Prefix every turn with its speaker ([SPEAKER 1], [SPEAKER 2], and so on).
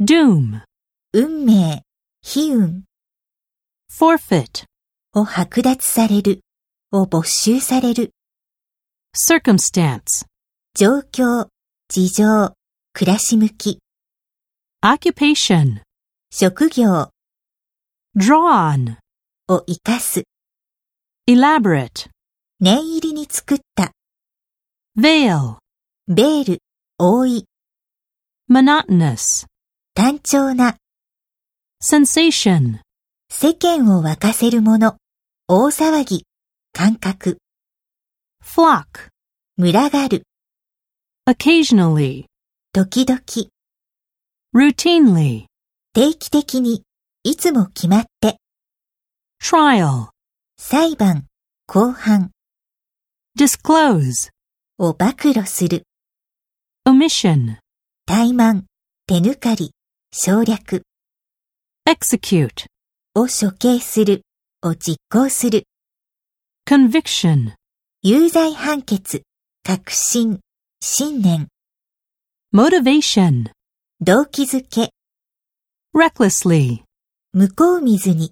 [SPEAKER 1] doom,
[SPEAKER 2] 運命、悲運
[SPEAKER 1] forfeit,
[SPEAKER 2] を剥奪される、を没収される、
[SPEAKER 1] circumstance,
[SPEAKER 2] 状況、事情、暮らし向き、
[SPEAKER 1] occupation,
[SPEAKER 2] 職業
[SPEAKER 1] draw on,
[SPEAKER 2] を活かす、
[SPEAKER 1] elaborate,
[SPEAKER 2] 念入りに作った、
[SPEAKER 1] veil,
[SPEAKER 2] ベール、覆い、
[SPEAKER 1] monotonous,
[SPEAKER 2] 単調な、
[SPEAKER 1] sensation,
[SPEAKER 2] 世間を沸かせるもの、大騒ぎ、感覚、
[SPEAKER 1] flock,
[SPEAKER 2] 群がる、
[SPEAKER 1] occasionally,
[SPEAKER 2] 時々、定
[SPEAKER 1] routinely,
[SPEAKER 2] 期的に、いつも決まって、
[SPEAKER 1] trial,
[SPEAKER 2] 裁判、公判
[SPEAKER 1] disclose,
[SPEAKER 2] を暴露する、
[SPEAKER 1] omission,
[SPEAKER 2] 怠慢、手抜かり、省略
[SPEAKER 1] execute,
[SPEAKER 2] を処刑する、を実行する、
[SPEAKER 1] conviction,
[SPEAKER 2] 有罪判決、確信、信念、
[SPEAKER 1] motivation,
[SPEAKER 2] 動機づけ、
[SPEAKER 1] recklessly.
[SPEAKER 2] 向こう水に、